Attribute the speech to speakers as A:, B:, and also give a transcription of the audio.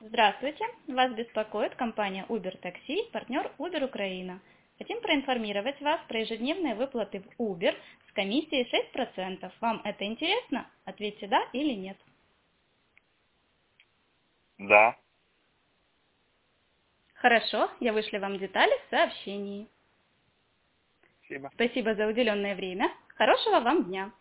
A: Здравствуйте, вас беспокоит компания Uber Taxi, партнер Uber Украина. Хотим проинформировать вас про ежедневные выплаты в Uber с комиссией 6%. Вам это интересно? Ответьте «да» или «нет».
B: Да,
A: Хорошо, я вышлю вам детали в сообщении.
B: спасибо.
A: Спасибо за уделенное время. Хорошего вам дня.